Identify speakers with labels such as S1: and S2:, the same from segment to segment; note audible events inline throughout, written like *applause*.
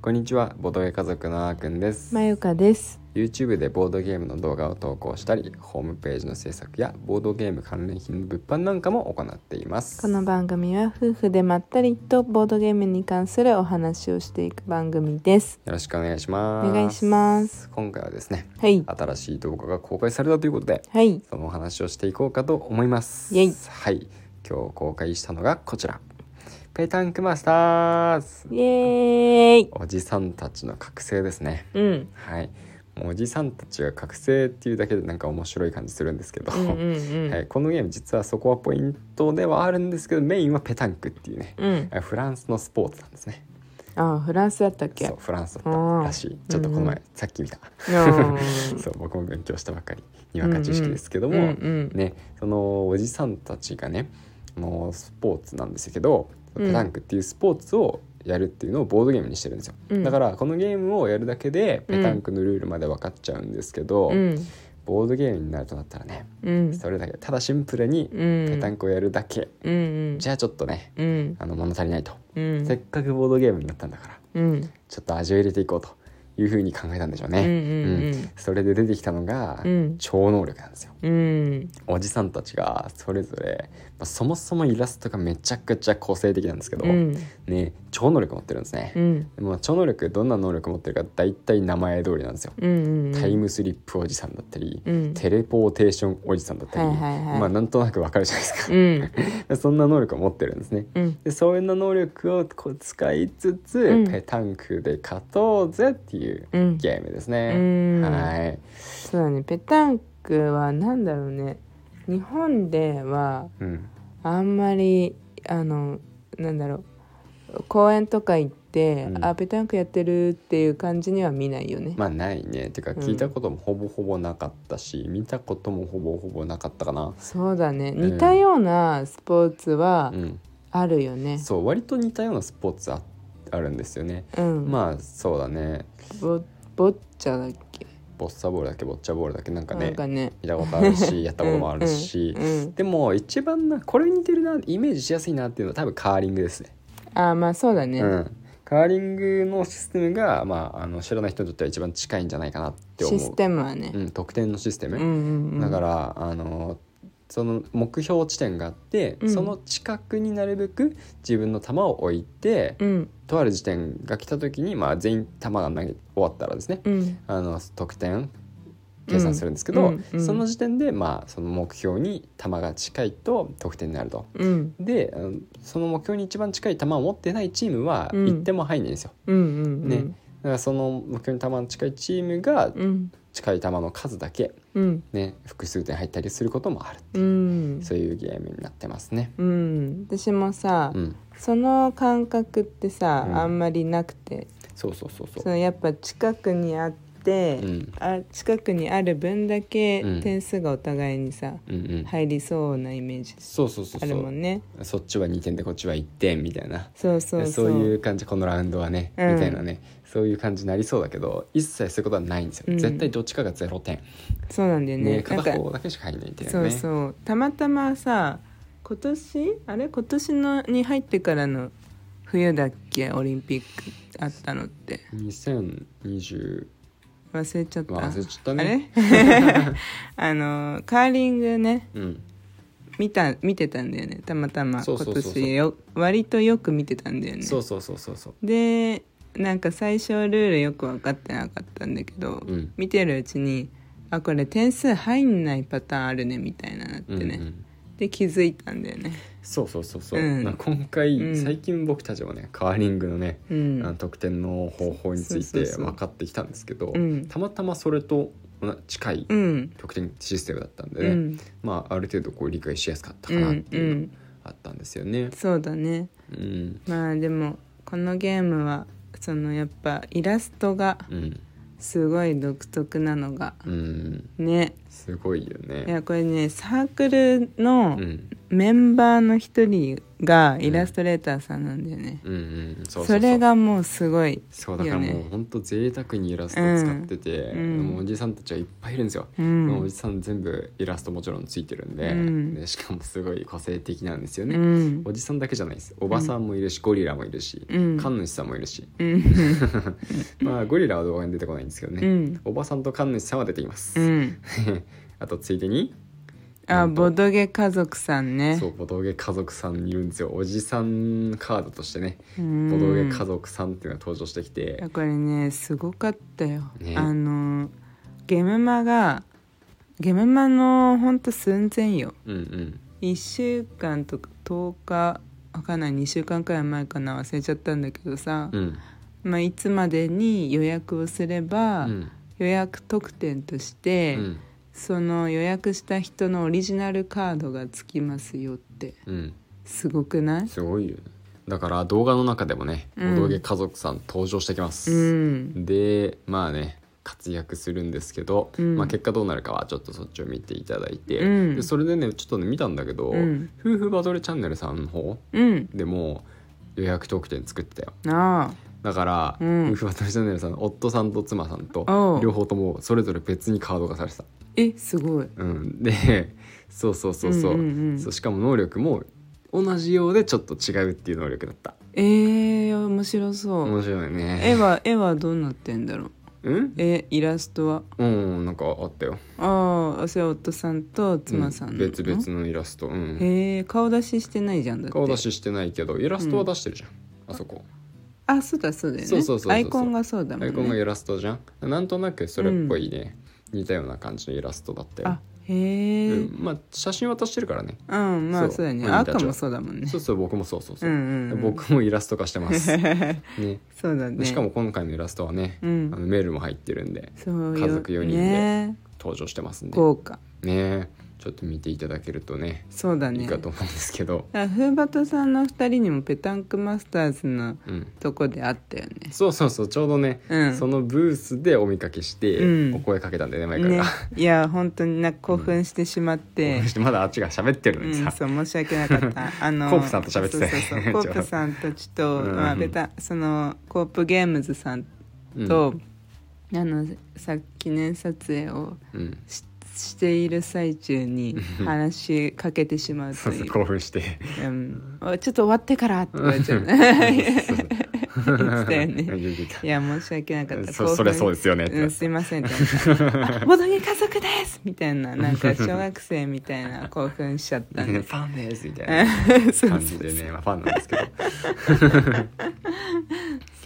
S1: こんにちはボードゲー家族のあーくんです
S2: まゆかです。
S1: YouTube でボードゲームの動画を投稿したりホームページの制作やボードゲーム関連品の物販なんかも行っています
S2: この番組は夫婦でまったりとボードゲームに関するお話をしていく番組です。
S1: よろしくお願いします
S2: お願いします。
S1: 今回はですね
S2: はい。
S1: 新しい動画が公開されたということで
S2: はい。
S1: そのお話をしていこうかと思います
S2: イエイ
S1: はい今日公開したのがこちらペタンクマスターズ
S2: イエーイ。
S1: おじさんたちの覚醒ですね
S2: うん。
S1: はいもうおじさんたちが覚醒っていうだけでなんか面白い感じするんですけど、
S2: うんうんうん。
S1: はい、このゲーム実はそこはポイントではあるんですけどメインはペタンクっていうね
S2: うん。
S1: フランスのスポーツなんですね
S2: ああ、フランスだったっけ
S1: そう。フランスだったらしいちょっとこの前、さっき見た
S2: うん
S1: *laughs* そう僕も勉強したばかりにわか知識ですけども、
S2: うんうん
S1: ねそのおじさんたちがねあのスポーツなんですけど
S2: うん
S1: ペタンクっていうスポーツをやるっていうのをボードゲームにしてるんですよ、
S2: うん
S1: だからこのゲームをやるだけで
S2: うん
S1: ペタンクのルールまで分かっちゃうんですけど、
S2: うん。
S1: ボードゲームになるとなったらね
S2: うん。
S1: それだけただシンプルに
S2: うん。
S1: ペタンクをやるだけ、
S2: うんうん。
S1: じゃあちょっとね
S2: うん。
S1: あの物足りないと、
S2: うん。
S1: せっかくボードゲームになったんだから
S2: うん。
S1: ちょっと味を入れていこうというふうに考えたんでしょうね、
S2: うんうんうん
S1: それで出てきたのが、
S2: うん
S1: 超能力なんですよ
S2: うん。
S1: おじさんたちがそれぞれ、まあ、そもそもイラストがめちゃくちゃ個性的なんですけど、
S2: うん。
S1: ね超能力持ってるんですね
S2: う、ん。
S1: でも超能力どんな能力持ってるか大体名前通りなんですよ、
S2: うん。
S1: タイムスリップおじさんだったり、
S2: うん
S1: テレポーテーションおじさんだったり、
S2: はいはいはい
S1: まあなんとなくわかるじゃないですか
S2: う、ん。
S1: で *laughs* そんな能力を持ってるんですね
S2: うん。
S1: でそういうの能力をこう使いつつ、
S2: うん
S1: ペタンクで勝とうぜっていう
S2: うん
S1: ゲームです
S2: う
S1: ね。
S2: ん
S1: はい。
S2: そうだね。ペタンクはなんだろうね。日本では。
S1: うん。
S2: あんまりあのなんだろう公園とか行っ
S1: う
S2: て、
S1: ん
S2: あペタンクやってるっていう感じには見ないよね。
S1: まあないね。てか
S2: うん
S1: 聞いたこともほぼほぼなかったし、見たこともほぼほぼなかったかな。
S2: そうだね
S1: ん
S2: 似たようなスポーツは
S1: うん。
S2: あるよね。
S1: そう割と似たようなスポーツああるんですよね。
S2: うん、
S1: まあそうだね。
S2: ボボッチャだっけ
S1: ボッサボールだっけボッチャボールだっけなんか
S2: な
S1: ね
S2: んかね。
S1: 見たことある
S2: *laughs*
S1: しやったこともあるし。
S2: うんうんうん
S1: でも一番なこれ似てるなイメージしやすいなっていうのは多分カーリングですね。
S2: あまあそうだね。
S1: うん、カーリングのシステムが、まあ、あの知らない人にとっては一番近いんじゃないかなって思う
S2: システムはね。
S1: うん、得点のシステム、
S2: うんうんうん、
S1: だからあのその目標地点があって、
S2: うん
S1: その近くになるべく自分の球を置いて、
S2: うん
S1: とある時点が来た時に、まあ、全員球が投げ終わったらですね
S2: うん
S1: あの得点計算するんですけど、
S2: うんうん
S1: その時点で、まあ、その目標に球が近いと得点になると。
S2: うん
S1: であのその目標に一番近い球を持ってないチームは
S2: うん
S1: 1点も入んないんですよ、
S2: うんうん
S1: ねだからその目標に球の近いチームが
S2: うん
S1: 近い球の数だけ、
S2: うん
S1: ね、複数点入ったりすることもある
S2: うん
S1: そういうゲームになってますね。
S2: うん私もさ、
S1: うん、
S2: その感覚ってさ、
S1: うん
S2: あんまりなくて
S1: そうそうそう
S2: そ
S1: そう。
S2: のやっぱ近くにあって、
S1: うん
S2: あ近くにある分だけ
S1: うん
S2: 点数がお互いにさ、
S1: うんうん、
S2: 入りそうなイメージ
S1: そうそうそう
S2: あ
S1: そ
S2: るも
S1: う。
S2: んね
S1: そっちは2点でこっちは1点みたいな。
S2: そうそうそ
S1: そ
S2: う
S1: ういう感じこのラウンドはね、
S2: うん
S1: みたいなねそういう感じになりそうだけど一切そういうことはないんですよ、
S2: うん
S1: 絶対どっちかが0点、
S2: そうなんだよね
S1: ね、
S2: なん
S1: 片
S2: か
S1: 方だけしか入んないっていうね
S2: そうそうたまたまさ今年あれ今年のに入ってからの冬だっけオリンピックあったのって
S1: 2020
S2: 忘れちゃった、
S1: 忘れちゃった
S2: あ
S1: ね
S2: れ *laughs* あのカーリングね
S1: うん
S2: 見た見てたんだよねたまたま
S1: そうそうそうそう
S2: 今年よ割とよく見てたんだよね
S1: そうそうそうそうそう
S2: でなんか最初ルールよく分かってなかったんだけど、
S1: うん
S2: 見てるうちにあこれ点数入んないパターンあるねみたいななってね、
S1: うんうん
S2: で気づいたんだよね
S1: そうそうそうそう、
S2: うん
S1: まあ今回、
S2: うん
S1: 最近僕たちもねカーリングのね、
S2: うん
S1: あの得点の方法につい
S2: そう
S1: て
S2: そうそう
S1: 分かってきたんですけど、
S2: うん
S1: たまたまそれと近い
S2: うん
S1: 得点システムだったんで
S2: う
S1: ね、
S2: ん
S1: まあある程度こう理解しやすかった
S2: う
S1: かなっ
S2: ん
S1: て
S2: う
S1: いうの
S2: ん
S1: があったんですよね。
S2: そうだね
S1: うん、
S2: まあでもこのゲームはそのやっぱイラストが
S1: うん、
S2: すごい独特なのが
S1: うん、
S2: ね
S1: すごいよ
S2: い
S1: ね。
S2: やこれねサークルの、
S1: うん、
S2: メンバーの一人がイラストレーターさんなんだよね、
S1: うんうんそうそう
S2: それがもうすごい
S1: そうだから
S2: いいよ
S1: もう
S2: ね
S1: ほんと贅沢にイラストを使ってて、
S2: うん
S1: もうおじさんたちはいっぱいいるんですよ、
S2: うん
S1: もうおじさん全部イラストもちろんついてるんで,、
S2: うん
S1: でしかもすごい個性的なんですよ
S2: う
S1: ね、
S2: ん
S1: おじさんだけじゃないですおばさんもいるし、ゴリラもいるし、
S2: うん
S1: 神主さんもいるし
S2: うん
S1: まあゴリラは動画に出てこないんですけどね、
S2: うん
S1: おばさんと神主さんは出てきます、
S2: うん
S1: あとついでに
S2: あボドゲ家族さんね
S1: そうボドゲ家族さんいるんですよおじさんカードとしてね
S2: うん
S1: ボドゲ家族さんっていうのが登場してき
S2: いや
S1: て、
S2: これねすごかったよ、
S1: ね
S2: あのゲムマがゲムマのほんと寸前よ
S1: うんうん
S2: 1週間とか10日わかんない2週間くらい前かな忘れちゃったんだけどさ、
S1: うん
S2: まあ、いつまでに予約をすれば、
S1: うん
S2: 予約特典とし
S1: う
S2: て、
S1: ん
S2: その予約した人のオリジナルカードがつきますよって
S1: うん
S2: すごくない
S1: すごいよねだから動画の中でもね
S2: うん
S1: ボドゲ家族さん登場してきます、
S2: うん
S1: でまあね活躍するんですけど、
S2: うん
S1: まあ、結果どうなるかはちょっとそっちを見ていただいて、
S2: うん
S1: でそれでねちょっとね見たんだけど、
S2: うん
S1: 夫婦バトルチャンネルさんの方
S2: うん
S1: でも予約特典作ってたよ
S2: あ
S1: だから、
S2: うん
S1: 夫婦バトルチャンネルさんの夫さんと妻さん
S2: お
S1: と
S2: う
S1: 両方ともそれぞれ別にカードがされてた、
S2: あえすごい
S1: うん、でそうそうそうそう,、
S2: うんうんうん
S1: そうしかも能力も同じようでちょっと違うっていう能力だった
S2: えー、面白そう、
S1: 面白いね
S2: 絵は絵はどうなってんだろう
S1: うん
S2: えイラストは
S1: うんなんかあったよ
S2: ああそれは夫さんと妻さんの、
S1: うん別々のイラスト、うん、
S2: へえ顔出ししてないじゃんだって
S1: 顔出ししてないけどイラストは出してるじゃん、あそこ
S2: あそうだそうだよね
S1: そうそうそうそう
S2: アイコンがそうだもんね
S1: アイコンがイラストじゃんなんとなくそれっぽいね、似たような感じのイラストだったよ
S2: あへえ、
S1: う
S2: うん
S1: ん、まあ写真渡してるからね
S2: まあ
S1: そう
S2: そうだよね
S1: うん
S2: 赤もそうだもんね *laughs*
S1: そうそう僕もそうそうそう,、
S2: うんうんうん
S1: 僕もイラスト化してます
S2: *laughs*
S1: ね
S2: そうだね
S1: しかも今回のイラストはね、
S2: うん
S1: あのメールも入ってるんで
S2: そうよ
S1: 家族四人で
S2: ね
S1: 登場してますんで
S2: 豪華
S1: ねちょっと見ていただけるとね
S2: そうだね
S1: いいかと思うんですけど、
S2: あフーバトさんの二人にもペタンクマスターズの
S1: うん、
S2: とこであったよね
S1: そうそうそうちょうどね、
S2: うん
S1: そのブースでお見かけして、
S2: うん
S1: お声かけたんだよね前から
S2: ね、いや本当になんか興奮してしまって、
S1: まだあっちが喋ってるの
S2: う
S1: に
S2: ん、
S1: さ、
S2: そう申し訳なかった
S1: *laughs*
S2: あの
S1: コープさんと喋ってたよ
S2: そう
S1: *laughs*
S2: そうそうコープさんたちと、
S1: うん
S2: まあ、ベタそのコープゲームズさん
S1: うん
S2: と、あのさ記念撮影を
S1: うん
S2: ししている最中に話しかけてしま
S1: *laughs*
S2: う
S1: そ
S2: と
S1: うそ
S2: いうう
S1: 興奮して
S2: うん、おちょっと終わってからって言われちゃう言ってたよね
S1: 言ってた
S2: *laughs* いや申し訳なかった
S1: そそれそうですよねって
S2: うん、すいませんみたい
S1: *laughs*
S2: な「あボドゲ家族です!」みたいななんか小学生みたいな興奮しちゃったん
S1: ね
S2: で
S1: ファンですみたいな
S2: そう
S1: 感じでね、まあ、ファンなんですけど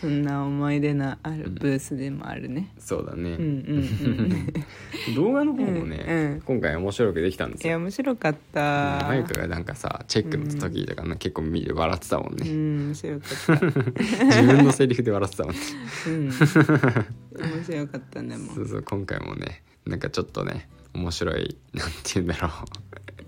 S2: そんな思い出のあるブースでもあるね、
S1: そうだ
S2: うん、
S1: ね、
S2: うんうんうん
S1: 動画の方もね、
S2: うんうん
S1: 今回面白くできたんです
S2: *laughs* い
S1: よ
S2: や面白かった
S1: マイクがなんかさチェックの時とか、ね結構見て笑ってたもん
S2: う
S1: ね、
S2: ん面白かった、
S1: 自分のセリフで笑ってたもんね
S2: うん、面白かったねも
S1: そううそう今回もねなんかちょっとね面白い *laughs* なんて言うんだろう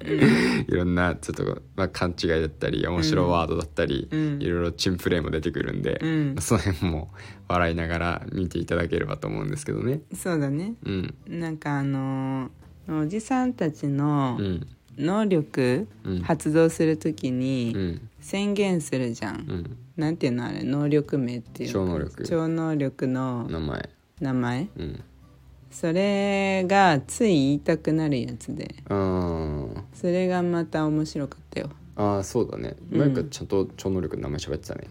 S1: いろんなちょっと、まあ、勘違いだったり面白ワードだったり、
S2: うん
S1: いろいろチンプレーも出てくるんで、
S2: うん
S1: その辺も笑いながら見ていただければと思うんですけどね
S2: そうだね
S1: うん
S2: なんかあのーおじさんたちの
S1: うん
S2: 能力
S1: うん
S2: 発動するとき
S1: う
S2: に
S1: ん
S2: 宣言するじゃん、
S1: うん
S2: なんていうのあれ能力名っていうの
S1: 超能力
S2: 超能力の
S1: 名前
S2: 名前
S1: うん
S2: それがつい言いたくなるやつで
S1: あー
S2: それがまた面白かったよ
S1: あーそうだね
S2: うん
S1: なんかちゃんと超能力の名前喋ってたね、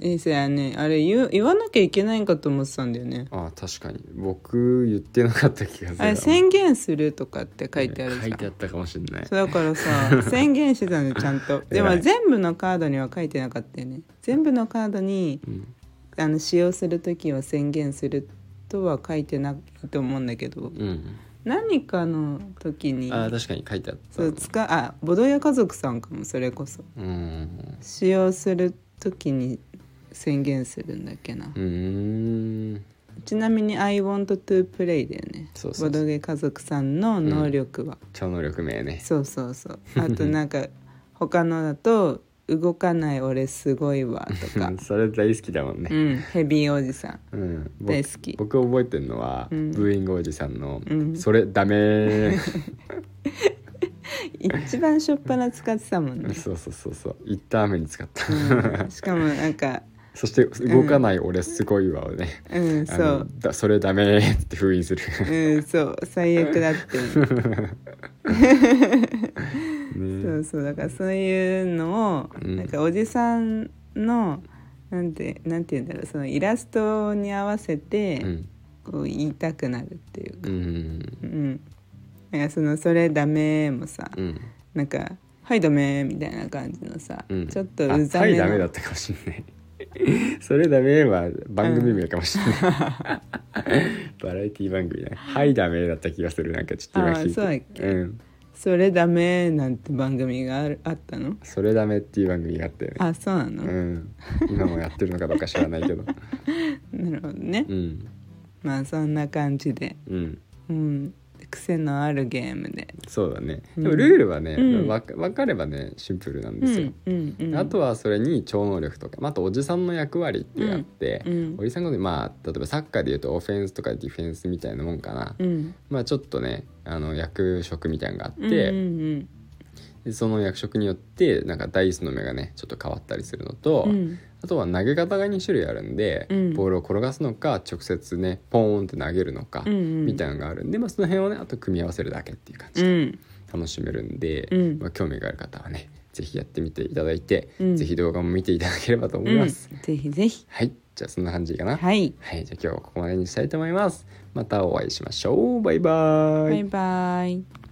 S2: えそれはねあれ言う言わなきゃいけないんかと思ってたんだよね
S1: ああ確かに僕言ってなかった気がする
S2: あれ宣言するとかって書いてあるじゃ
S1: 書
S2: ん
S1: いてあったかもしれない
S2: そうだから
S1: *laughs*
S2: さ宣言してたんでちゃんとで
S1: 偉
S2: も
S1: い
S2: 全部のカードには書いてなかったよね全部のカードに
S1: うん
S2: あの使用する時は宣言するとは書いてないと思うんだけど
S1: うん
S2: 何かの時に
S1: ああ確かに書いてあった
S2: そう使うあボドヤ家族さんかもそれこそ
S1: うん
S2: 使用する時に宣言するんだっけな、
S1: うーん
S2: ちなみに「I want to play」だよね
S1: そうそうそう
S2: ボドゲ家族さんの能力は、
S1: 超能力名ね
S2: そうそうそうあとなんか *laughs* 他のだと「動かない俺すごいわ」とか
S1: うんそれ大好きだもん
S2: う
S1: ね、
S2: んヘビーおじさん
S1: うん、僕
S2: 大好き
S1: 僕覚えてるのは、
S2: うん *laughs*
S1: ブーイングおじさんの「
S2: うん
S1: それダメー
S2: 一番初っ端使ってたもんね、
S1: そうそうそうそう一旦雨に使った、
S2: うん、しかもなんか
S1: *laughs* そして動かない俺すごいわをね、
S2: うん
S1: あ
S2: そ
S1: の
S2: う
S1: だそれダメーって封印する
S2: うんそう最悪だってそ
S1: ね
S2: うそうだからそういうのを、
S1: うん
S2: なんかおじさんのなんてなんて言うんだろうそのイラストに合わせて、
S1: うん
S2: こう言いたくなるってい
S1: う
S2: うか、
S1: ん
S2: うん、なんかその「それダメ」もさ、
S1: うん
S2: なんか「はいダメ」みたいな感じのさ、
S1: うん
S2: ちょっと
S1: あ
S2: うざめ
S1: はい
S2: の
S1: ダメだったかもしれない *laughs* それダメは番組名かもしれない、 *laughs* バラエティ番組ねはいダメだった気がするなんかちょっと今聞いて
S2: あそうだっけ
S1: うん、
S2: それダメ」なんて番組があるあったの
S1: それダメっていう番組があったよね
S2: あそうなの、
S1: うん、今もやってるのかどうか知らないけど
S2: なるほどね、
S1: うん
S2: まあそんな感じで、
S1: うん
S2: うん、癖のあるゲームで。
S1: そうだね
S2: うん
S1: でもルールはね、
S2: うん
S1: わか分かればねシンプルなん
S2: う
S1: ですよ
S2: ん、うんうん、
S1: あとはそれに超能力とかまああとおじさんの役割っていうのがあって、
S2: うん
S1: おじさんごとにまあ例えばサッカーでいうとオフェンスとかディフェンスみたいなもんかな、
S2: うん、
S1: まあちょっとねあの役職みたいなのがあって、
S2: うんうん
S1: でその役職によってなんかダイスの目がねちょっと変わったりするのと、
S2: うんうん
S1: あとは投げ方が2種類あるんで、
S2: うん
S1: ボールを転がすのか直接ねポーンって投げるのか、
S2: うんうん
S1: みたいなのがあるんで、まあ、その辺をねあと組み合わせるだけっていう感じ
S2: う
S1: で
S2: ん
S1: 楽しめるんで、
S2: うん
S1: まあ、興味がある方はね是非やってみていただいて、
S2: うん
S1: 是非動画も見ていただければと思い
S2: うん
S1: ます。
S2: ぜひぜひ
S1: はいじゃあそんな感じかな。はい
S2: はい
S1: じゃあ今日はここまでにしたいと思います。またお会いしましょう。バイバイ。
S2: バイバイ